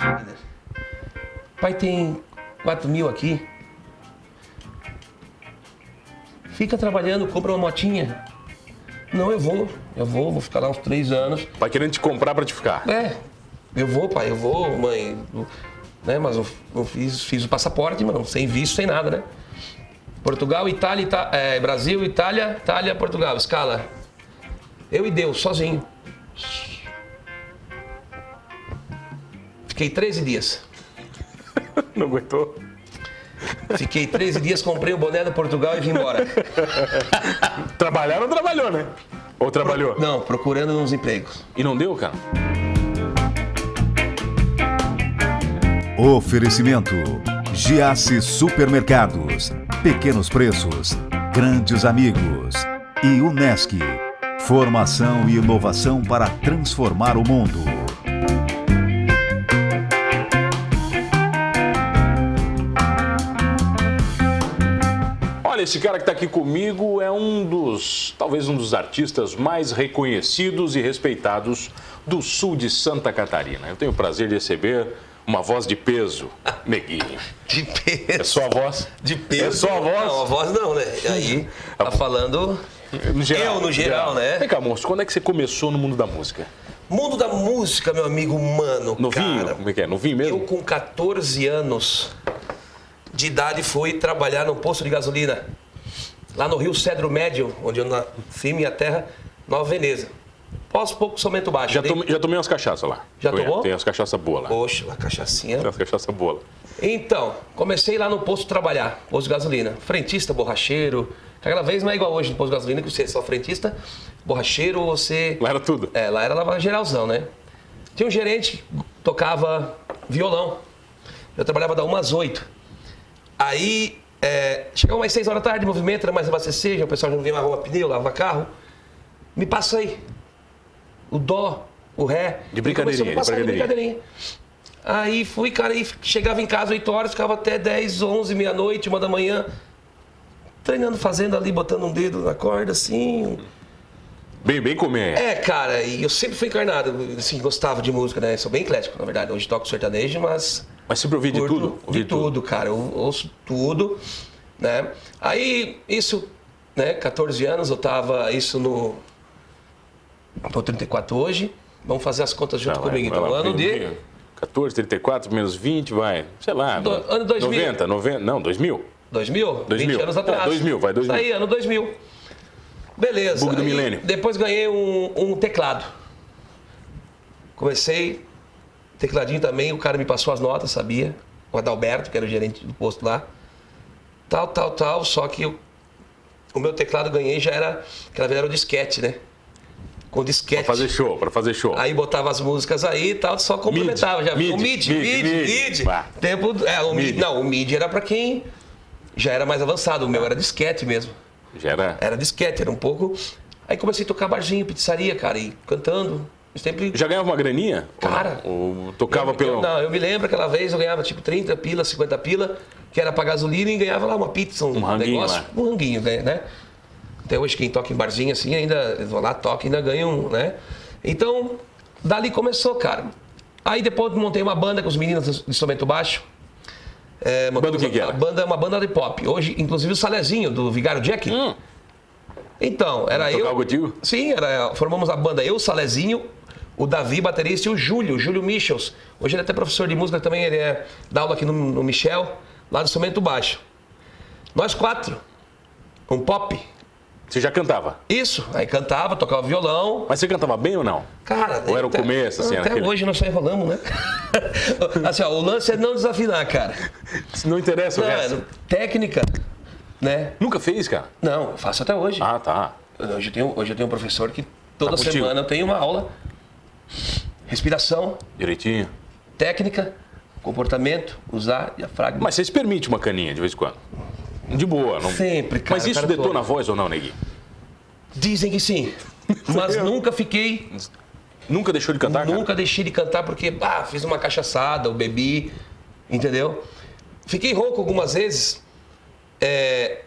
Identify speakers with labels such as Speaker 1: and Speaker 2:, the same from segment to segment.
Speaker 1: grávidas. Pai, tem 4 mil aqui. Fica trabalhando, compra uma motinha. Não, eu vou. Eu vou, vou ficar lá uns três anos.
Speaker 2: Pai querendo te comprar pra te ficar.
Speaker 1: É, eu vou, pai, eu vou, mãe. Né, mas eu, eu fiz, fiz o passaporte, mano, sem visto, sem nada, né? Portugal, Itália, Ita- é, Brasil, Itália, Itália, Portugal, escala. Eu e Deus, sozinho. Fiquei 13 dias.
Speaker 2: Não aguentou?
Speaker 1: Fiquei 13 dias, comprei o boné do Portugal e vim embora.
Speaker 2: Trabalhar não trabalhou, né? Ou trabalhou?
Speaker 1: Não, procurando uns empregos.
Speaker 2: E não deu, cara?
Speaker 3: Oferecimento: Giasse Supermercados, Pequenos Preços, Grandes Amigos e Unesc. Formação e inovação para transformar o mundo.
Speaker 2: Olha, esse cara que está aqui comigo é um dos, talvez um dos artistas mais reconhecidos e respeitados do sul de Santa Catarina. Eu tenho o prazer de receber uma voz de peso, Neguinho.
Speaker 1: De
Speaker 2: É
Speaker 1: peso.
Speaker 2: só a voz?
Speaker 1: De peso.
Speaker 2: É só a voz?
Speaker 1: Não, a voz não, né? Aí, tá falando.
Speaker 2: No
Speaker 1: Eu, no geral, né?
Speaker 2: Vem cá, moço, quando é que você começou no mundo da música?
Speaker 1: Mundo da música, meu amigo humano.
Speaker 2: Novinho?
Speaker 1: Cara,
Speaker 2: Como é que é? Novinho
Speaker 1: eu
Speaker 2: mesmo?
Speaker 1: com 14 anos de idade fui trabalhar num posto de gasolina. Lá no Rio Cedro Médio, onde eu nasci, minha terra, Nova Veneza. Posso pouco, somente baixo.
Speaker 2: Já,
Speaker 1: Dei-
Speaker 2: tomei, já tomei umas cachaças lá.
Speaker 1: Já
Speaker 2: Tem-
Speaker 1: tomou?
Speaker 2: Tem umas cachaças boas lá.
Speaker 1: Poxa, uma cachaçinha.
Speaker 2: Tem umas cachaças boas lá.
Speaker 1: Então, comecei lá no posto de trabalhar, posto de gasolina. Frentista, borracheiro. Aquela vez não é igual hoje no posto de gasolina, que você é só frentista, borracheiro, você.
Speaker 2: Lá era tudo.
Speaker 1: É, lá era Lava Geralzão, né? Tinha um gerente que tocava violão. Eu trabalhava da 1 às 8. Aí, é, chegava umas 6 horas da tarde, movimento, era mais abastecer, já o pessoal já não vinha mais arrumar pneu, lavar carro. Me passei. O dó, o ré.
Speaker 2: De
Speaker 1: Ele
Speaker 2: brincadeirinha,
Speaker 1: começou a me passar
Speaker 2: de brincadeirinha.
Speaker 1: Aí fui, cara, e chegava em casa 8 horas, ficava até 10, 11, meia-noite, uma da manhã. Treinando, fazendo ali, botando um dedo na corda, assim, um
Speaker 2: Bem, bem comer.
Speaker 1: é, cara, e eu sempre fui encarnado, assim, gostava de música, né? Sou bem eclético, na verdade. Hoje toco sertanejo, mas.
Speaker 2: Mas sempre ouvi de
Speaker 1: curto
Speaker 2: tudo? Ouvi
Speaker 1: de tudo, cara. Eu ouço tudo, né? Aí, isso, né? 14 anos, eu tava isso no. Tô 34 hoje. Vamos fazer as contas junto
Speaker 2: Tá, vai,
Speaker 1: comigo.
Speaker 2: vai
Speaker 1: Então,
Speaker 2: lá,
Speaker 1: ano de.
Speaker 2: primeiro. 14, 34, menos 20, vai. Sei lá.
Speaker 1: Do- ano 2000.
Speaker 2: 90, 90, não, 2000.
Speaker 1: 2000?
Speaker 2: 2000.
Speaker 1: 20 anos
Speaker 2: Tá,
Speaker 1: atrás.
Speaker 2: 2000, vai, 2000.
Speaker 1: Isso aí, ano 2000. Beleza.
Speaker 2: Bug do
Speaker 1: aí
Speaker 2: milênio.
Speaker 1: Depois ganhei um, um teclado. Comecei, tecladinho também, o cara me passou as notas, sabia? O Adalberto, que era o gerente do posto lá. Tal, tal, tal, só que o, o meu teclado ganhei já era, aquela vez era o disquete, né? Com disquete.
Speaker 2: Pra fazer show, pra fazer show.
Speaker 1: Aí botava as músicas aí e tal, só complementava. Já
Speaker 2: mid,
Speaker 1: o mid,
Speaker 2: mid,
Speaker 1: mid, mid.
Speaker 2: mid. Vá.
Speaker 1: Tempo, é, o mid.
Speaker 2: Mid.
Speaker 1: Não, o mid era pra quem já era mais avançado. O meu era disquete mesmo.
Speaker 2: Já era.
Speaker 1: Era disquete, era um pouco. Aí comecei a tocar barzinho, pizzaria, cara, e cantando. Eu sempre.
Speaker 2: Já ganhava uma graninha? Ou não?
Speaker 1: Cara.
Speaker 2: Ou tocava pelo.
Speaker 1: Não, eu me lembro aquela vez eu ganhava tipo 30 pila, 50 pila, que era pra gasolina e ganhava lá uma pizza, um,
Speaker 2: Um ranguinho
Speaker 1: negócio.
Speaker 2: lá.
Speaker 1: Um ranguinho, né? né? Até hoje quem toca em barzinho assim, ainda eu vou lá, toca, ainda ganha um, né? Então, dali começou, cara. Aí depois montei uma banda com os meninos de instrumento baixo. É, montamos
Speaker 2: que que
Speaker 1: uma,
Speaker 2: era?
Speaker 1: banda, uma banda de pop. Hoje, inclusive o Salezinho, do Vigário Jack. Então, era eu.
Speaker 2: Hum. Tocar contigo?
Speaker 1: Sim, era, formamos a banda eu, Salezinho, o Davi, baterista, e o Júlio, Júlio Michels. Hoje ele é até professor de música também, ele é, dá aula aqui no, no Michel, lá do instrumento baixo. Nós quatro, um pop,
Speaker 2: Você já cantava.
Speaker 1: isso, aí cantava, tocava violão.
Speaker 2: Mas você cantava bem ou não?
Speaker 1: Cara,
Speaker 2: Ou era o começo, assim, era
Speaker 1: até
Speaker 2: aquele-
Speaker 1: hoje nós só enrolamos, né? assim, ó, o lance é não desafinar, cara.
Speaker 2: Não interessa o
Speaker 1: Não,
Speaker 2: resto.
Speaker 1: é técnica, né?
Speaker 2: Nunca fez, cara?
Speaker 1: Não, eu faço até hoje.
Speaker 2: Ah, tá.
Speaker 1: Hoje eu tenho, hoje eu tenho um professor que toda
Speaker 2: Tá contigo.
Speaker 1: semana eu tenho uma aula. Respiração,
Speaker 2: Direitinho.
Speaker 1: técnica, comportamento, usar diafragma.
Speaker 2: Mas vocês permitem uma caninha de vez em quando? De boa, não.
Speaker 1: Sempre, cara,
Speaker 2: Mas isso
Speaker 1: cara,
Speaker 2: detona
Speaker 1: todo.
Speaker 2: a voz ou não, Neguinho?
Speaker 1: Dizem que sim, mas nunca fiquei,
Speaker 2: Nunca deixou de cantar, cara?
Speaker 1: nunca deixei de cantar porque bah, fiz uma cachaçada, ou bebi, entendeu? Fiquei rouco algumas vezes, é,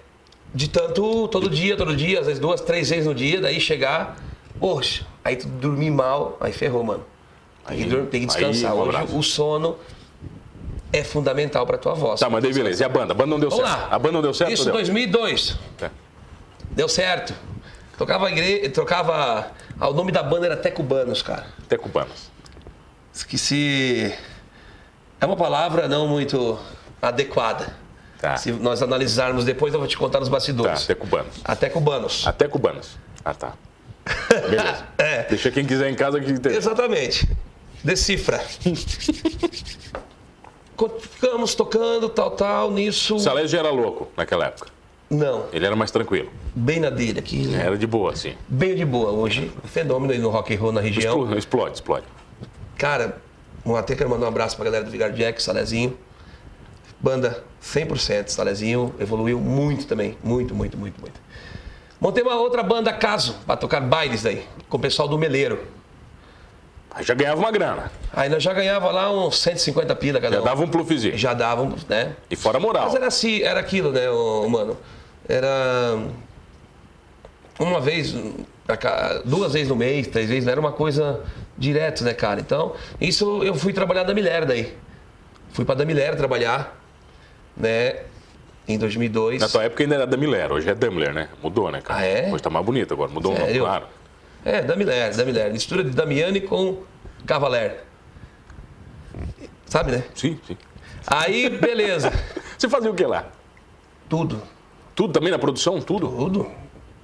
Speaker 1: de tanto, todo dia, todo dia, às vezes duas, três vezes no dia, daí chegar, poxa, aí tu dormir mal, aí ferrou, mano. Tem que,
Speaker 2: Aí-
Speaker 1: dur- tem que
Speaker 2: aí,
Speaker 1: descansar.
Speaker 2: um
Speaker 1: Hoje
Speaker 2: abraço.
Speaker 1: o sono é fundamental para a tua voz.
Speaker 2: Tá, mas daí beleza. E a banda? A banda não deu
Speaker 1: Vamos
Speaker 2: certo.
Speaker 1: lá.
Speaker 2: A banda não deu certo?
Speaker 1: Isso em
Speaker 2: deu?
Speaker 1: 2002.
Speaker 2: Tá.
Speaker 1: Deu certo. Tocava, igre... Tocava... Ah, o nome da banda era Até Cubanos, cara.
Speaker 2: Até cubanos.
Speaker 1: Esqueci... É uma palavra não muito adequada.
Speaker 2: Tá.
Speaker 1: Se nós analisarmos depois, eu vou te contar nos
Speaker 2: Tá,
Speaker 1: bastidores.
Speaker 2: até cubanos.
Speaker 1: Até Cubanos.
Speaker 2: Até cubanos. Ah, tá. Beleza.
Speaker 1: É.
Speaker 2: Deixa quem quiser em casa que.
Speaker 1: Exatamente. Decifra. Co- Ficamos tocando, tal, tal, nisso...
Speaker 2: O Salésio já era louco naquela época.
Speaker 1: Não,
Speaker 2: Ele era mais tranquilo.
Speaker 1: bem na dele aqui, né?
Speaker 2: Era de boa, assim.
Speaker 1: Bem de boa hoje. Fenômeno aí no rock and roll na região.
Speaker 2: Explo- Explode, explode.
Speaker 1: Cara, um- até quero mandar um abraço pra galera do Vigar Jack, Salezinho. Banda 100%, Salezinho evoluiu muito também. Muito, muito, muito, muito. Montei uma outra banda, Caso, pra tocar bailes daí, com o pessoal do Meleiro.
Speaker 2: Aí já ganhava uma grana.
Speaker 1: Aí nós já ganhava lá uns 150 pila cada
Speaker 2: Já
Speaker 1: um.
Speaker 2: dava um plufizinho.
Speaker 1: Já davam, né?
Speaker 2: E fora a moral.
Speaker 1: Mas era assim, era aquilo, né, ô, mano? Era. Uma vez, a ca- duas vezes no mês, três vezes, não era uma coisa direto, né, cara? Então, isso eu fui trabalhar da Milera daí. Fui pra da Milera trabalhar, né, em 2002.
Speaker 2: Na tua época ainda era Damilero, hoje é Dumbler, né? Mudou, né, cara?
Speaker 1: Ah, é?
Speaker 2: Hoje tá mais bonito agora, mudou o nome,
Speaker 1: Sério?
Speaker 2: claro.
Speaker 1: É, da Milera, da Milera. Mistura de Damiani com Cavaler. Sabe, né?
Speaker 2: Sim, sim.
Speaker 1: Aí, beleza.
Speaker 2: Você fazia o que lá?
Speaker 1: Tudo.
Speaker 2: Tudo também na produção? Tudo?
Speaker 1: Tudo.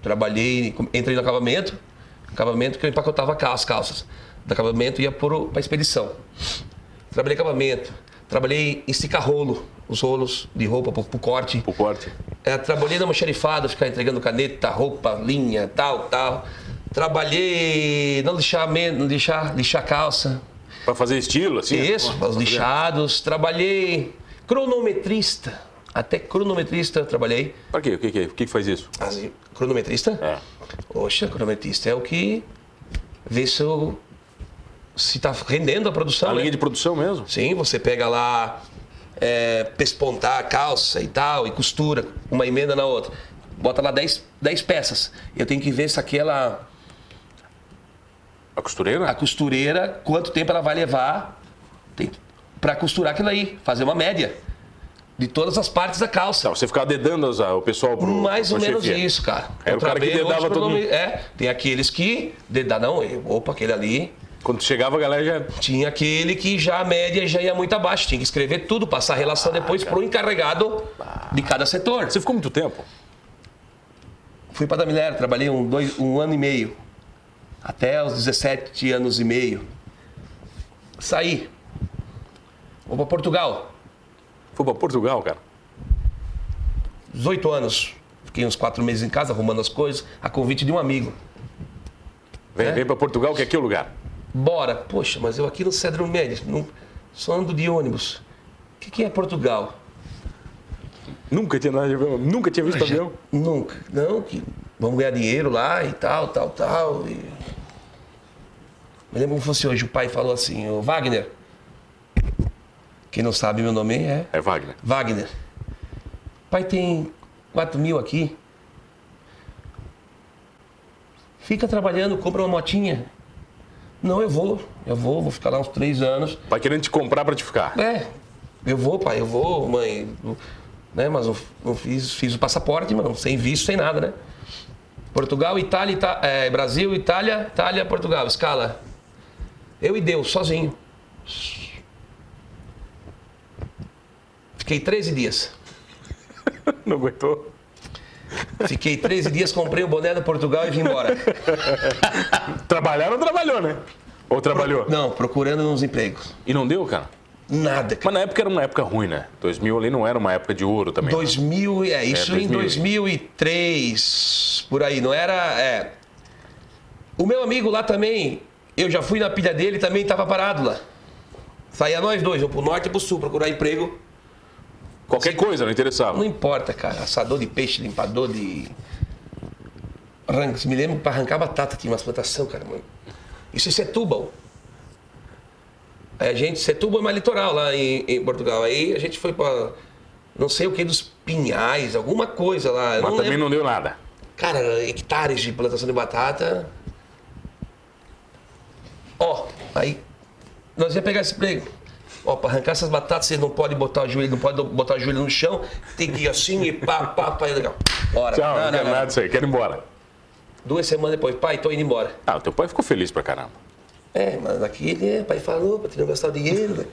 Speaker 1: Trabalhei, com- entrei no acabamento, acabamento que eu empacotava ca- as calças. Do acabamento ia para a expedição. Trabalhei acabamento, trabalhei em esticar rolo, os rolos de roupa para o corte.
Speaker 2: Pro corte?
Speaker 1: É, trabalhei numa xerifada, ficar entregando caneta, roupa, linha, tal, tal. Trabalhei não lixar, men- não lixar, lixar calça.
Speaker 2: Pra fazer estilo, assim?
Speaker 1: Isso,
Speaker 2: Pra
Speaker 1: os
Speaker 2: fazer-
Speaker 1: lixados. Trabalhei cronometrista, até cronometrista eu trabalhei.
Speaker 2: Pra quê? O que que, é? o que que faz isso?
Speaker 1: Mas, cronometrista?
Speaker 2: É.
Speaker 1: Poxa, cronometrista é o que vê se o- se está rendendo a produção.
Speaker 2: A
Speaker 1: né?
Speaker 2: linha de produção mesmo?
Speaker 1: Sim, você pega lá, é, pespontar a calça e tal, e costura uma emenda na outra. Bota lá 10, 10 peças. Eu tenho que ver se aquela
Speaker 2: A costureira?
Speaker 1: a costureira, quanto tempo ela vai levar para costurar aquilo aí, fazer uma média de todas as partes da calça.
Speaker 2: Tá, você ficava dedando as- o pessoal pro
Speaker 1: Mais ou
Speaker 2: pra
Speaker 1: menos
Speaker 2: chefia.
Speaker 1: isso, cara.
Speaker 2: Era
Speaker 1: Eu
Speaker 2: o cara
Speaker 1: trabalho
Speaker 2: que
Speaker 1: hoje
Speaker 2: dedava
Speaker 1: pro
Speaker 2: todo
Speaker 1: nome-
Speaker 2: mundo.
Speaker 1: É, tem aqueles que dedar, não, eu, opa, aquele ali.
Speaker 2: Quando chegava a galera já...
Speaker 1: Tinha aquele que já a média já ia muito abaixo, tinha que escrever tudo, passar a relação depois pro encarregado de cada setor.
Speaker 2: Você ficou muito tempo?
Speaker 1: Fui para a Milera, trabalhei um, dois, um ano e meio, até os 17 anos e meio. Saí. Vou para Portugal,
Speaker 2: Foi pra Portugal, cara?
Speaker 1: 18 anos. Fiquei uns quatro meses em casa arrumando as coisas, a convite de um amigo.
Speaker 2: Vem,
Speaker 1: É.
Speaker 2: vem pra Portugal, que aqui é o lugar.
Speaker 1: Bora. Poxa, mas eu aqui no Cedro Mendes, não, só ando de ônibus. O que, que é Portugal?
Speaker 2: Nunca tinha nada de avião, nunca tinha visto avião.
Speaker 1: Nunca. Não, que vamos ganhar dinheiro lá e tal, tal, tal. E... Me lembro como fosse hoje. O pai falou assim, o Wagner. Quem não sabe meu nome é
Speaker 2: É Wagner.
Speaker 1: Wagner. Pai tem 4 mil aqui. Fica trabalhando, compra uma motinha. Não, eu vou. Eu vou, vou ficar lá uns três anos.
Speaker 2: Vai querendo te comprar pra te ficar.
Speaker 1: É, eu vou, pai, eu vou, mãe. Né, mas eu, eu fiz, fiz o passaporte, mano, sem visto, sem nada, né? Portugal, Itália, Ita- é, Brasil, Itália, Itália, Portugal, escala. Eu e Deus, sozinho. Fiquei 13 dias.
Speaker 2: Não aguentou?
Speaker 1: Fiquei 13 dias, comprei o boné do Portugal e vim embora.
Speaker 2: Trabalhar não trabalhou, né? Ou trabalhou?
Speaker 1: Não, procurando uns empregos.
Speaker 2: E não deu, cara?
Speaker 1: Nada, cara.
Speaker 2: Mas na época era uma época ruim, né? 2000 ali não era uma época de ouro também.
Speaker 1: 2000, e- é, isso em
Speaker 2: 2000.
Speaker 1: 2003, por aí, não era. É. O meu amigo lá também, eu já fui na pilha dele, também estava parado lá. Saía nós dois, um pro norte e pro sul, procurar emprego.
Speaker 2: Qualquer coisa, não interessava.
Speaker 1: Não importa, cara. Assador de peixe, limpador de. Arran- Me lembro para arrancar batata, tinha umas plantação, cara, mano. Isso em Setúbal. Aí a gente, Setúbal é mais litoral lá em, em Portugal. Aí a gente foi para não sei o que dos Pinhais, alguma coisa lá. Eu
Speaker 2: Mas
Speaker 1: não
Speaker 2: também
Speaker 1: lembro.
Speaker 2: não deu nada.
Speaker 1: Cara, hectares de plantação de batata. Ó, aí nós ia pegar esse emprego. Ó, para arrancar essas batatas, vocês não podem botar o joelho, não pode botar o joelho no chão, tem que ir assim e pá, pá, pá, e legal. Bora. Não,
Speaker 2: Tchau, não,
Speaker 1: não,
Speaker 2: quero
Speaker 1: não.
Speaker 2: nada disso aí, quero ir embora.
Speaker 1: Duas semanas depois, pai, tô indo embora.
Speaker 2: Ah, teu pai ficou feliz pra caramba.
Speaker 1: É, mas aqui, né, pai falou pra tu não gastar o dinheiro, né?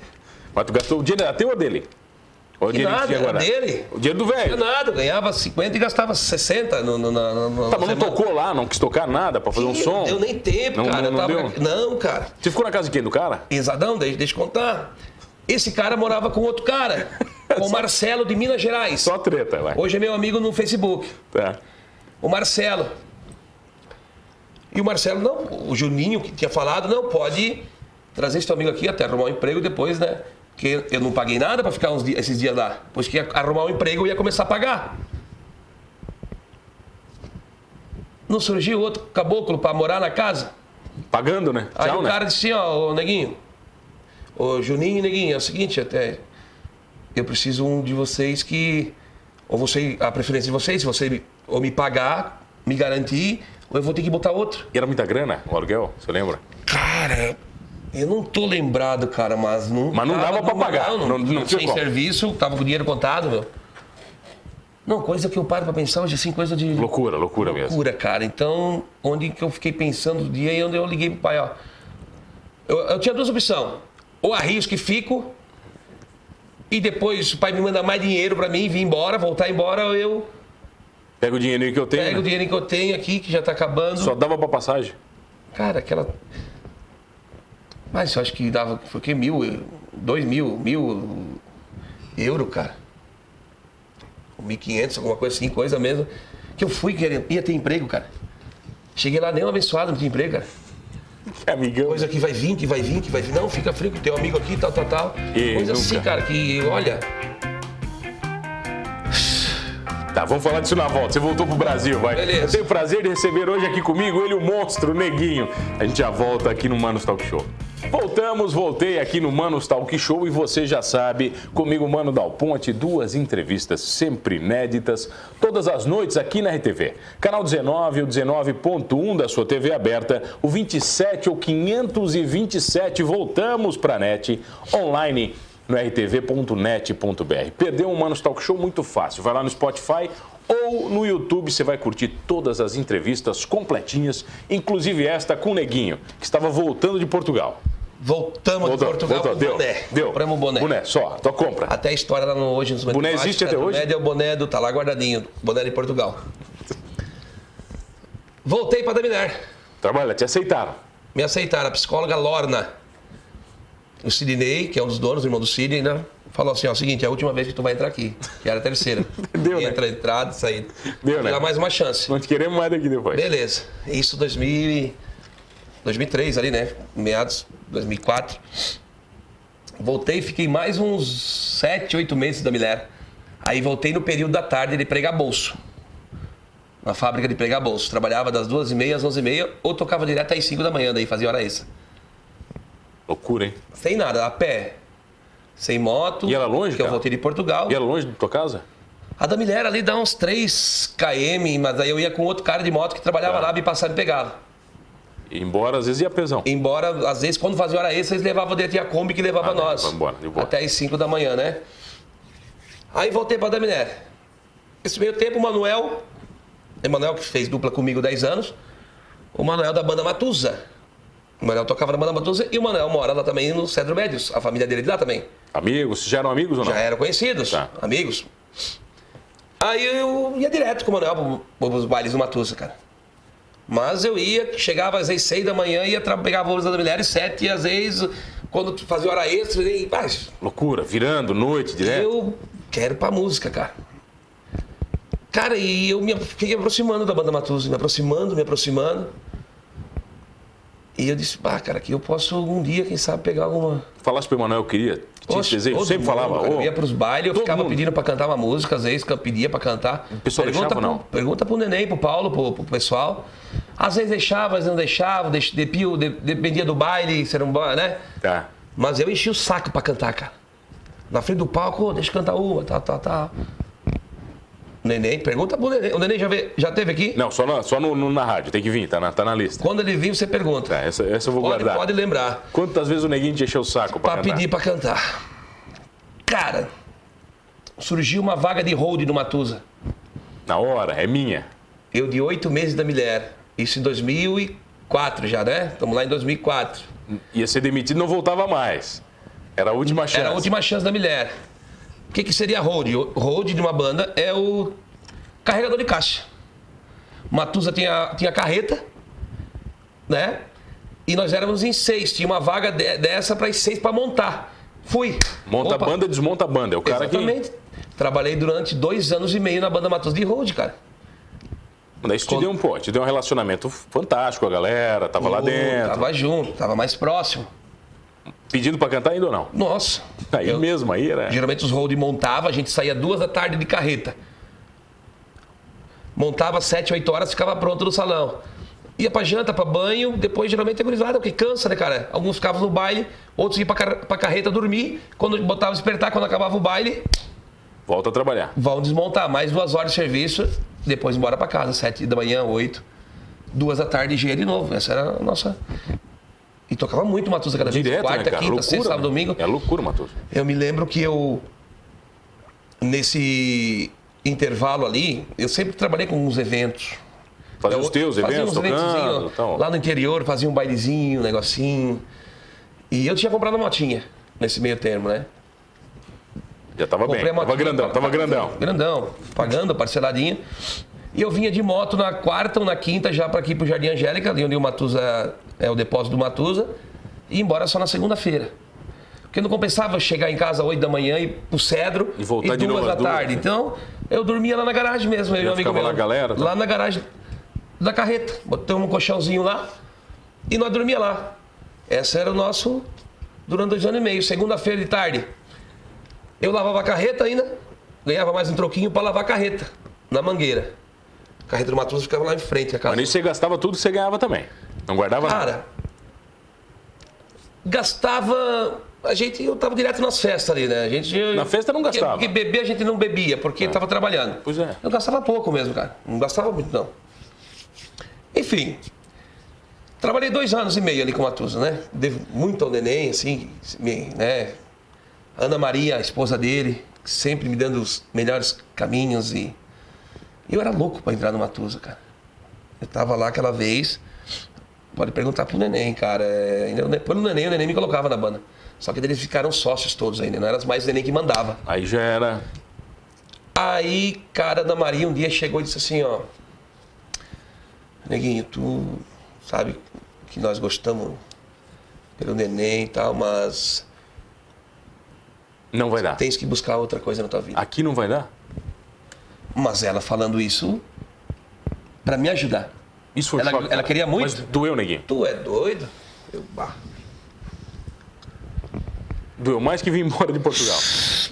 Speaker 2: Mas tu gastou o dinheiro, era teu ou dele? Ou o
Speaker 1: Que
Speaker 2: dinheiro que
Speaker 1: nada,
Speaker 2: tinha
Speaker 1: era
Speaker 2: agora?
Speaker 1: dele.
Speaker 2: O dinheiro do
Speaker 1: Não
Speaker 2: velho.
Speaker 1: tinha nada, eu ganhava 50 e gastava 60 no, no, na, na,
Speaker 2: Tá, mas
Speaker 1: na
Speaker 2: não
Speaker 1: semana.
Speaker 2: tocou lá, não quis tocar nada pra fazer um
Speaker 1: Ih,
Speaker 2: som.
Speaker 1: Não deu nem tempo,
Speaker 2: Não-
Speaker 1: cara.
Speaker 2: não- não
Speaker 1: eu tava...
Speaker 2: deu?
Speaker 1: não cara.
Speaker 2: Você ficou na casa de quem? Do cara?
Speaker 1: Pesadão, deixa, deixa eu contar. Esse cara morava com outro cara, com o Marcelo de Minas Gerais.
Speaker 2: Só treta, vai.
Speaker 1: Hoje é meu amigo no Facebook,
Speaker 2: Tá.
Speaker 1: o Marcelo. E o Marcelo, não, o Juninho que tinha falado, não, pode trazer esse teu amigo aqui até arrumar um emprego depois, né? Porque eu não paguei nada pra ficar uns dias- esses dias lá. Pois que ia arrumar um emprego eu ia começar a pagar. Não surgiu outro caboclo pra morar na casa?
Speaker 2: Pagando, né?
Speaker 1: Aí
Speaker 2: Tchau,
Speaker 1: o
Speaker 2: né?
Speaker 1: cara disse assim, ó, ô, Neguinho, ô Juninho, Neguinho, é o seguinte, até eu preciso um de vocês que, ou você, a preferência de vocês, se você me- ou me pagar, me garantir, ou eu vou ter que botar outro.
Speaker 2: E era muita grana o aluguel, você lembra?
Speaker 1: Cara, eu não tô lembrado, cara, mas não...
Speaker 2: Mas não
Speaker 1: tava
Speaker 2: dava pra
Speaker 1: numa-
Speaker 2: pagar,
Speaker 1: Não,
Speaker 2: não-
Speaker 1: não,
Speaker 2: não tinha
Speaker 1: sem
Speaker 2: como.
Speaker 1: serviço, tava com o dinheiro contado, meu. Não, coisa que eu paro pra pensar hoje, assim, coisa de...
Speaker 2: Loucura, loucura, mesmo.
Speaker 1: loucura, cara. Então, onde que eu fiquei pensando o dia e onde eu liguei pro pai, ó. Eu, eu tinha duas opções. Ou arrisco e fico, e depois o pai me manda mais dinheiro pra mim, vir embora, voltar embora, ou eu
Speaker 2: Pega o dinheirinho que eu tenho.
Speaker 1: pego o
Speaker 2: né?
Speaker 1: dinheiro que eu tenho aqui, que já tá acabando.
Speaker 2: Só dava pra passagem.
Speaker 1: Cara, aquela. Mas eu acho que dava. Foi o quê? Mil? eu- Dois mil? Mil euro, cara. Ou Mil quinhentos, alguma coisa assim, coisa mesmo. Que eu fui querendo. Ia ter emprego, cara. Cheguei lá nem um abençoado, não tinha emprego, cara.
Speaker 2: Que É, amigão.
Speaker 1: Coisa que vai vir, que vai vir, que vai vir. Não, fica frio, que teu amigo aqui, tal, tal, tal.
Speaker 2: E
Speaker 1: coisa assim,
Speaker 2: nunca.
Speaker 1: cara, que olha.
Speaker 2: Tá, vamos falar disso na volta. Você voltou pro Brasil, vai.
Speaker 1: é. Beleza.
Speaker 2: Eu tenho o prazer de receber hoje aqui comigo ele, o monstro, o neguinho. A gente já volta aqui no Manos Talk Show. Voltamos, voltei aqui no Manos Talk Show e você já sabe, comigo, Mano Dal Ponte, duas entrevistas sempre inéditas, todas as noites aqui na RTV. Canal 19 ou 19.1 da sua TV aberta, o 27 ou 527, voltamos pra net, online no rtv.net.br. Perdeu um Manos Talk Show muito fácil. Vai lá no Spotify ou no YouTube, você vai curtir todas as entrevistas completinhas, inclusive esta com o Neguinho, que estava voltando de Portugal.
Speaker 1: Voltamos
Speaker 2: Voltou,
Speaker 1: de Portugal
Speaker 2: voltou,
Speaker 1: com
Speaker 2: deu,
Speaker 1: boné.
Speaker 2: deu.
Speaker 1: Compramos o boné. Ah.
Speaker 2: Boné, só, tua compra.
Speaker 1: Até a história lá no hoje nos
Speaker 2: Boné
Speaker 1: Matemática,
Speaker 2: existe até
Speaker 1: do
Speaker 2: hoje?
Speaker 1: Médio, é o boné do tá lá guardadinho, boné de Portugal. Voltei para terminar.
Speaker 2: Trabalha, te aceitaram.
Speaker 1: Me aceitaram a psicóloga Lorna. O Sidney, que é um dos donos, o irmão do Sidney, né? Falou assim, ó, seguinte, é a última vez que tu vai entrar aqui, que era a terceira.
Speaker 2: Deu, né?
Speaker 1: Entra, entrada, saída.
Speaker 2: Deu,
Speaker 1: Vou
Speaker 2: né?
Speaker 1: Dar mais uma chance.
Speaker 2: Não te queremos mais daqui depois.
Speaker 1: Beleza. Isso 2000 e- 2003 ali, né? Meados 2004. Voltei, fiquei mais uns 7, 8 meses da Milera. Aí voltei no período da tarde de pregar bolso. Na fábrica de pregar bolso. Trabalhava das 2h30 às 11h30 ou tocava direto às 5 da manhã, daí fazia hora extra.
Speaker 2: Loucura, hein?
Speaker 1: Sem nada, a pé. Sem moto.
Speaker 2: E era longe,
Speaker 1: Que eu
Speaker 2: cara?
Speaker 1: voltei de Portugal.
Speaker 2: E era longe da tua casa?
Speaker 1: A da Milera ali dá uns 3 km, mas aí eu ia com outro cara de moto que trabalhava
Speaker 2: Tá.
Speaker 1: lá, me passava e pegava.
Speaker 2: E embora às vezes ia pesão.
Speaker 1: Embora, às vezes, quando fazia hora extra, eles levavam dentro da Kombi que levava
Speaker 2: Ah, não,
Speaker 1: nós.
Speaker 2: vamos embora, de boa.
Speaker 1: até as 5 da manhã, né? Aí voltei para a Daminéria. Esse meio tempo, o Manuel, Emanuel, que fez dupla comigo 10 anos, o Manuel da banda Matusa. O Manuel tocava na banda Matusa e o Manuel mora lá também no Cedro Médios, a família dele de lá também.
Speaker 2: Amigos, já eram amigos ou não?
Speaker 1: Já é. eram conhecidos,
Speaker 2: Tá.
Speaker 1: amigos. Aí eu ia direto com o Manuel para os bailes do Matusa, cara. Mas eu ia, chegava às vezes 6 da manhã, ia tra- pegava o ônibus da Milhares 7, e às vezes, quando tu fazia hora extra, e, mas
Speaker 2: Loucura, virando, noite, direto.
Speaker 1: eu quero ir pra música, cara. Cara, e eu me, fiquei me aproximando da banda Matusa, me aproximando, me aproximando. E eu disse, ah, cara, que eu posso algum dia, quem sabe, pegar alguma.
Speaker 2: Falasse pro Emanuel, eu queria. Tinha esse
Speaker 1: Oxe,
Speaker 2: desejo,
Speaker 1: todo
Speaker 2: sempre
Speaker 1: mundo,
Speaker 2: falava.
Speaker 1: cara.
Speaker 2: ô,
Speaker 1: eu ia pros bailes, eu
Speaker 2: todo
Speaker 1: ficava
Speaker 2: mundo.
Speaker 1: pedindo pra cantar uma música, às vezes que eu pedia pra cantar. O
Speaker 2: pessoal deixava ou não?
Speaker 1: Pergunta pro neném, pro Paulo, pro, pro pessoal. Às vezes deixava, às vezes não deixava, deix, depio, de- dependia do baile, se era um ba- né?
Speaker 2: Tá.
Speaker 1: Mas eu enchi o saco pra cantar, cara. Na frente do palco, "Ô, deixa eu cantar uma, tá, tá, tá. Neném, pergunta pro Neném. O Neném já, vê, já teve aqui?
Speaker 2: Não, só, na, só no, no- na rádio, tem que vir, tá na, tá na lista.
Speaker 1: Quando ele vir, você pergunta.
Speaker 2: Tá, essa, essa eu vou
Speaker 1: Pode,
Speaker 2: guardar.
Speaker 1: pode lembrar.
Speaker 2: Quantas vezes o neguinho te encheu o saco pra,
Speaker 1: Pra
Speaker 2: cantar?
Speaker 1: pedir pra cantar. Cara, surgiu uma vaga de hold no Matusa.
Speaker 2: Na hora, é minha.
Speaker 1: Eu de oito meses da mulher. Isso em 2004 já, né? Estamos lá em 2004.
Speaker 2: Ia ser demitido não voltava mais. Era a última chance.
Speaker 1: Era a última chance da mulher. O que, que seria hold? O Hold de uma banda é o carregador de caixa. Matusa tinha, tinha carreta, né? E nós éramos em seis. Tinha uma vaga de- dessa para seis para montar. Fui.
Speaker 2: Monta
Speaker 1: Opa.
Speaker 2: a banda, desmonta a banda. É o cara
Speaker 1: Exatamente. Trabalhei durante dois anos e meio na banda Matusa de hold, cara.
Speaker 2: que. Daí isso te deu um pô, te deu um relacionamento fantástico, a galera, tava lá
Speaker 1: Eu
Speaker 2: dentro.
Speaker 1: Tava junto, tava mais próximo.
Speaker 2: Pedindo pra cantar ainda ou não?
Speaker 1: Nossa.
Speaker 2: Tá Aí
Speaker 1: Eu-
Speaker 2: mesmo, aí era.
Speaker 1: Geralmente os hold montava, a gente saía duas da tarde de carreta. Montava sete, oito horas, ficava pronto no salão. Ia pra janta, pra banho, depois geralmente é gurizada, porque cansa, né, cara? Alguns ficavam no baile, outros iam pra, car- pra carreta dormir. Quando botava despertar, quando acabava o baile,
Speaker 2: Volta a trabalhar.
Speaker 1: vão desmontar. Mais duas horas de serviço, depois embora pra casa, sete da manhã, oito. Duas da tarde, engenharia de novo. Essa era a nossa... E tocava muito Matusa cada vez,
Speaker 2: Direto, né,
Speaker 1: quarta,
Speaker 2: cara?
Speaker 1: quinta,
Speaker 2: loucura.
Speaker 1: sexta, sábado,
Speaker 2: né?
Speaker 1: domingo.
Speaker 2: É loucura, Matoso.
Speaker 1: Eu me lembro que eu, nesse intervalo ali, eu sempre trabalhei com uns eventos.
Speaker 2: Fazer
Speaker 1: Eu
Speaker 2: os teus
Speaker 1: fazia
Speaker 2: eventos,
Speaker 1: uns eventozinho
Speaker 2: tocando. Então.
Speaker 1: Lá no interior, fazia um bailezinho, um negocinho. E eu tinha comprado uma motinha nesse meio termo, né?
Speaker 2: Já tava bem.
Speaker 1: Comprei a
Speaker 2: Tava
Speaker 1: motinha,
Speaker 2: grandão,
Speaker 1: pa-
Speaker 2: tava
Speaker 1: pa-
Speaker 2: grandão.
Speaker 1: Grandão, pagando, parceladinha. E eu vinha de moto na quarta ou na quinta já para aqui pro Jardim Angélica, ali onde o Matusa é o depósito do Matusa, e ia embora só na segunda-feira. Porque não compensava eu chegar em casa às 8 da manhã e ir pro Cedro
Speaker 2: E voltar de
Speaker 1: duas
Speaker 2: novo às
Speaker 1: da
Speaker 2: duas.
Speaker 1: tarde. Então, eu dormia lá na garagem mesmo, eu e
Speaker 2: Já
Speaker 1: um amigo
Speaker 2: ficava
Speaker 1: meu.
Speaker 2: lá, galera, tá?
Speaker 1: Lá na garagem da carreta. Botamos um colchãozinho lá e nós dormia lá. Essa era o nosso durante dois anos e meio, segunda-feira de tarde. Eu lavava a carreta ainda, ganhava mais um troquinho pra lavar a carreta, na mangueira. A carreta do Matuso ficava lá em frente, a casa.
Speaker 2: Mas nisso você gastava tudo, você ganhava também. Não guardava nada.
Speaker 1: Cara, gastava. A gente, eu tava direto nas festas ali, né? A gente,
Speaker 2: Na festa não gastava.
Speaker 1: Porque beber a gente não bebia, porque tava trabalhando.
Speaker 2: Pois é.
Speaker 1: Eu gastava pouco mesmo, cara. Não gastava muito, não. Enfim. Trabalhei dois anos e meio ali com o Matusa, né? Devo muito ao neném, assim, me- né? Ana Maria, a esposa dele, sempre me dando os melhores caminhos e. Eu era louco pra entrar no Matusa, cara. Eu tava lá aquela vez. Pode perguntar pro neném, cara. É, ainda Depois do neném, o neném me colocava na banda. Só que eles ficaram sócios todos ainda, não era mais o neném que mandava.
Speaker 2: Aí já era.
Speaker 1: Aí, cara, Ana Maria um dia chegou e disse assim, ó. Neguinho, tu sabe que nós gostamos pelo neném e tal, mas
Speaker 2: Não vai dar.
Speaker 1: tens que buscar outra coisa na tua vida.
Speaker 2: Aqui não vai dar?
Speaker 1: Mas ela falando isso pra me ajudar.
Speaker 2: Isso foi
Speaker 1: Ela-
Speaker 2: choque,
Speaker 1: ela
Speaker 2: cara.
Speaker 1: queria muito?
Speaker 2: Mas doeu, neguinho.
Speaker 1: Tu é doido? Eu, bah.
Speaker 2: Doeu mais que vir embora de Portugal.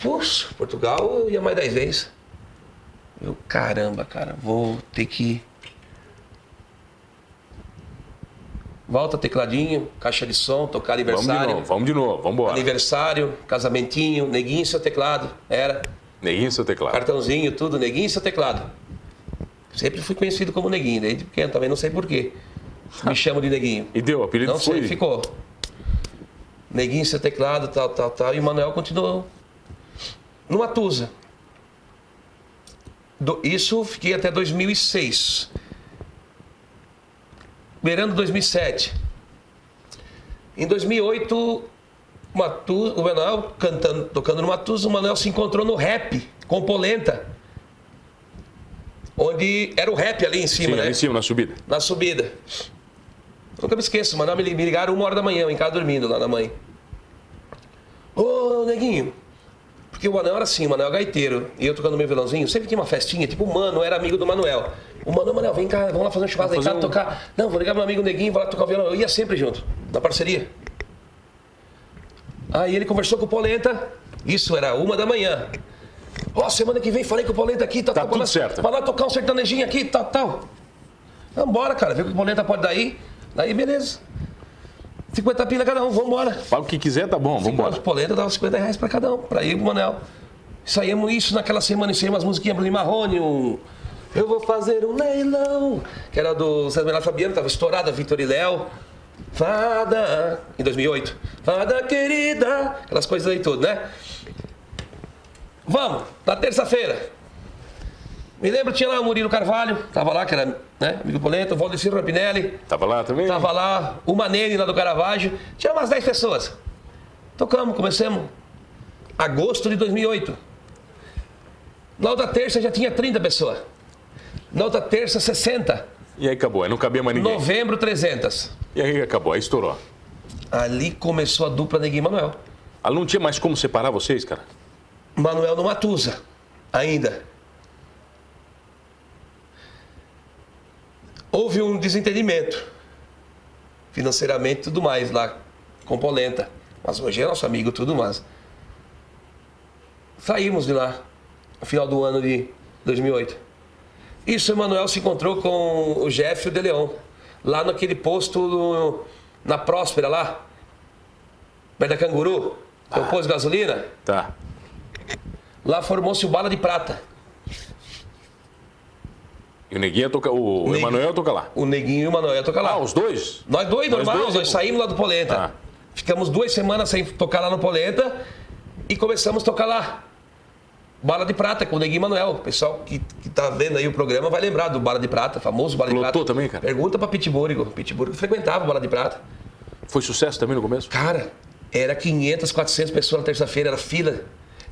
Speaker 1: Poxa, Portugal eu ia mais 10 vezes. Eu, caramba, cara, vou ter que. Volta, tecladinho, caixa de som, tocar
Speaker 2: Vamos de
Speaker 1: aniversário.
Speaker 2: novo, vamos de novo, vamos embora.
Speaker 1: Aniversário, casamentinho, neguinho seu teclado. Era.
Speaker 2: Neguinho, seu teclado.
Speaker 1: Cartãozinho, tudo, neguinho seu teclado. Sempre fui conhecido como neguinho, desde pequeno, também não sei porquê. Me chamam de neguinho.
Speaker 2: E deu, o apelido
Speaker 1: Não
Speaker 2: foi.
Speaker 1: sei, ficou. Neguinho, seu teclado, tal, tal, tal. E o Manuel continuou numa Tusa. Do- isso fiquei até 2006. Beirando 2007. Em 2008, o Matu- o Manuel cantando, tocando no Matusa, o Manuel se encontrou no rap com Polenta. Onde era o rap ali em cima,
Speaker 2: Sim,
Speaker 1: né?
Speaker 2: ali em cima, na subida.
Speaker 1: na subida. Nunca me esqueço, mano. Me me ligaram uma hora da manhã, eu em casa dormindo lá na mãe. Ô, neguinho. Porque o Manuel era assim, o Manuel é gaiteiro. E eu tocando meu violãozinho, sempre tinha uma festinha, tipo, o Mano era amigo do Manuel. O Mano, Manuel, vem cá, vamos lá fazer um churrasco em
Speaker 2: Vamos
Speaker 1: casa,
Speaker 2: fazer
Speaker 1: tocar. Não, vou ligar meu amigo Neguinho, vou lá tocar o violão. Eu ia sempre junto, na parceria. Aí ele conversou com o Polenta, isso era uma da manhã. Ó, semana que vem falei com o Polenta aqui, tá,
Speaker 2: Tá
Speaker 1: tá
Speaker 2: tudo certo.
Speaker 1: Vai lá tocar um sertanejinho aqui, tal, tal. Vambora, cara, vê o que o Polenta pode dar aí. Daí, beleza. 50 pila cada um, vambora.
Speaker 2: Fala o que quiser, tá bom, vamos
Speaker 1: Os
Speaker 2: embora.
Speaker 1: polenta dava 50 reais pra cada um, pra ir pro Manel. Saímos isso naquela semana, ensaiamos umas musiquinhas Bruno e Marrone, um... Eu vou fazer um leilão, que era do César Menor Fabiano, tava estourada, Vitor e Léo. Fada, em 2008. Fada querida, aquelas coisas aí tudo, né? Vamos, na terça-feira. Me lembro, tinha lá o Murilo Carvalho, tava lá, que era né, amigo do Polenta, o Valdecir Rampinelli,
Speaker 2: Tava lá também?
Speaker 1: Tava lá o Manene lá do Caravaggio. Tinha umas 10 pessoas. Tocamos, começamos. Agosto de 2008. Na outra terça já tinha 30 pessoas. Na outra terça, 60.
Speaker 2: E aí acabou, aí não cabia mais ninguém.
Speaker 1: Novembro, 300.
Speaker 2: E aí acabou, aí estourou.
Speaker 1: Ali começou a dupla Neguinho e Manuel.
Speaker 2: Ali Ah, não tinha mais como separar vocês, cara?
Speaker 1: Manuel no Matusa, ainda. Houve um desentendimento, financeiramente e tudo mais, lá com Polenta. Mas hoje é nosso amigo, tudo mais. Saímos de lá, no final do ano de 2008. Isso, Emanuel se encontrou com o Jeff e o De Leon, lá naquele posto do- na Próspera, lá, perto da Canguru, que é o posto de gasolina.
Speaker 2: Tá.
Speaker 1: Lá formou-se o Bala de Prata.
Speaker 2: E o Neguinha toca. O
Speaker 1: Neg-
Speaker 2: Emanuel toca lá.
Speaker 1: O Neguinho e o Manoel tocar lá.
Speaker 2: Ah, os dois?
Speaker 1: Nós dois,
Speaker 2: Nós
Speaker 1: normal,
Speaker 2: dois,
Speaker 1: nós
Speaker 2: eu-
Speaker 1: saímos lá do Polenta.
Speaker 2: Tá.
Speaker 1: Ficamos duas semanas sem tocar lá no Polenta e começamos a tocar lá. Bala de Prata, com o Neguinho e Manuel. O pessoal que, que tá vendo aí o programa vai lembrar do Bala de Prata, famoso Bala de
Speaker 2: Lotou
Speaker 1: Prata.
Speaker 2: também, cara?
Speaker 1: Pergunta pra Pitburgo. Pitburgo frequentava o Bala de Prata.
Speaker 2: Foi sucesso também no começo?
Speaker 1: Cara, era 500, 400 pessoas na terça-feira, era fila.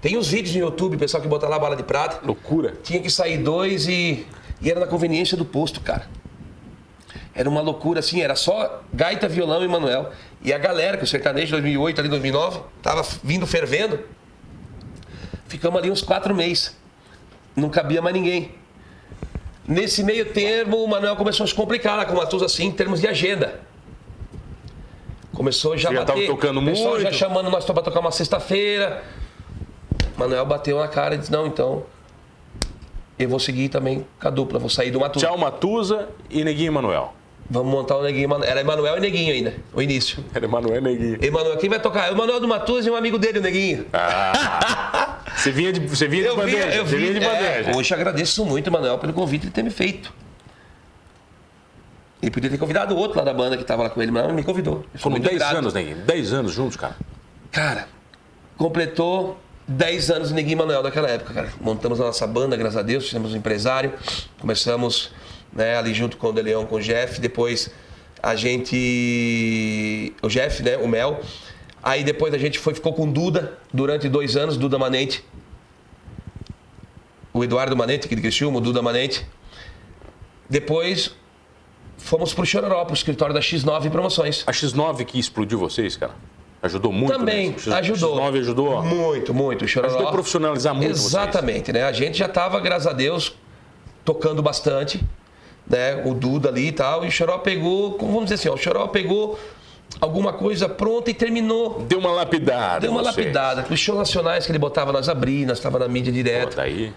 Speaker 1: Tem uns vídeos no YouTube, pessoal que bota lá Bala de Prata.
Speaker 2: Loucura.
Speaker 1: Tinha que sair dois e, e era na conveniência do posto, cara. Era uma loucura, assim, era só gaita, violão e Manuel. E a galera, que o sertanejo de 2008, ali 2009, tava vindo fervendo. Ficamos ali uns quatro meses. Não cabia mais ninguém. Nesse meio termo, o Manuel começou a se complicar lá com o Matuza, assim, em termos de agenda. Começou já
Speaker 2: Já tava
Speaker 1: bater.
Speaker 2: tocando
Speaker 1: o pessoal já
Speaker 2: muito.
Speaker 1: chamando nós para tocar uma sexta-feira. Manuel bateu na cara e disse, não, então... Eu vou seguir também com a dupla, vou sair do Matuza.
Speaker 2: Tchau, Matusa e Neguinho e Emanuel.
Speaker 1: Vamos montar o Neguinho. e Manoel. Era Emanuel e Neguinho ainda, o início.
Speaker 2: Era Emanuel e Neguinho.
Speaker 1: Emanuel, quem vai tocar? É o Emanuel do Matuz e um amigo dele, o Neguinho.
Speaker 2: Ah. Você vinha de, você vinha Tá de bandeja. você vinha de
Speaker 1: é,
Speaker 2: bandeja.
Speaker 1: hoje agradeço muito, Emanuel, pelo convite de ter me feito. Ele podia ter convidado o outro lá da banda que estava lá com ele, mas não me convidou. Eu sou
Speaker 2: Foram
Speaker 1: muito
Speaker 2: 10
Speaker 1: grato.
Speaker 2: anos, Neguinho. 10 anos juntos, cara.
Speaker 1: Cara, completou 10 anos o Neguinho e Manuel naquela época, cara. Montamos a nossa banda, graças a Deus, fizemos um empresário. Começamos né, ali junto com o De Leon, com o Jeff. Depois a gente. O Jeff, né? O Mel. Aí depois a gente foi, ficou com o Duda durante dois anos, Duda Manente. O Eduardo Manente, aqui de Criciúma, o Duda Manente. Depois fomos pro Chororó, pro escritório da X9 Promoções.
Speaker 2: A X9 que explodiu vocês, cara. Ajudou muito.
Speaker 1: Também
Speaker 2: né? O X-
Speaker 1: ajudou.
Speaker 2: X9 ajudou. ó.
Speaker 1: Muito, muito. O Chororó.
Speaker 2: Ajudou a profissionalizar muito vocês.
Speaker 1: Exatamente, né? A gente já estava, graças a Deus, tocando bastante, né? O Duda ali e tal. E o Choró pegou, como vamos dizer assim, ó, o Choró pegou alguma coisa pronta e terminou.
Speaker 2: Deu uma lapidada.
Speaker 1: Deu uma
Speaker 2: em vocês.
Speaker 1: lapidada. Os shows nacionais que ele botava, nós abri, nós estava na mídia
Speaker 2: Pô,
Speaker 1: direto.
Speaker 2: daí.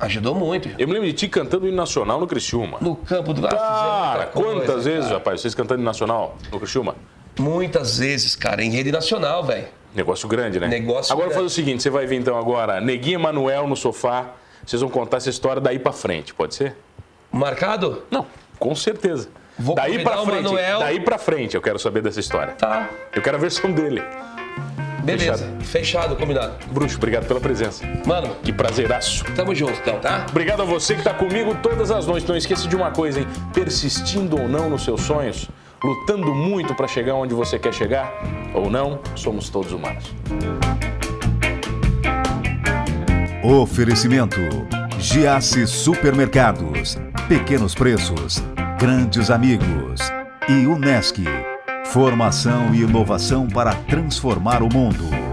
Speaker 1: Ajudou muito.
Speaker 2: Eu me lembro de ti cantando o hino nacional no Criciúma.
Speaker 1: No campo do... Ah,
Speaker 2: Cara,
Speaker 1: fizemos muita
Speaker 2: quantas
Speaker 1: coisa,
Speaker 2: vezes,
Speaker 1: cara.
Speaker 2: rapaz, vocês cantando em nacional no Criciúma?
Speaker 1: Muitas vezes, cara, em rede nacional, velho.
Speaker 2: Negócio grande, né?
Speaker 1: Negócio
Speaker 2: Agora
Speaker 1: grande.
Speaker 2: faz o seguinte, você vai vir então agora, Neguinho e Manuel no sofá, vocês vão contar essa história daí pra frente, pode ser?
Speaker 1: Marcado?
Speaker 2: Não, com certeza.
Speaker 1: Vou
Speaker 2: daí pra
Speaker 1: convidar o
Speaker 2: frente,
Speaker 1: Manuel.
Speaker 2: daí pra frente eu quero saber dessa história.
Speaker 1: Tá.
Speaker 2: Eu quero a versão dele.
Speaker 1: Beleza. Fechado, combinado.
Speaker 2: Bruxo, obrigado pela presença.
Speaker 1: Mano,
Speaker 2: Que prazeraço.
Speaker 1: tamo junto então, tá?
Speaker 2: Obrigado a você que tá comigo todas as noites. Não esqueça de uma coisa, hein? Persistindo ou não nos seus sonhos, lutando muito pra chegar onde você quer chegar ou não, somos todos humanos.
Speaker 3: Oferecimento: Giasse Supermercados, Pequenos Preços, Grandes Amigos e Unesc. Formação e inovação para transformar o mundo.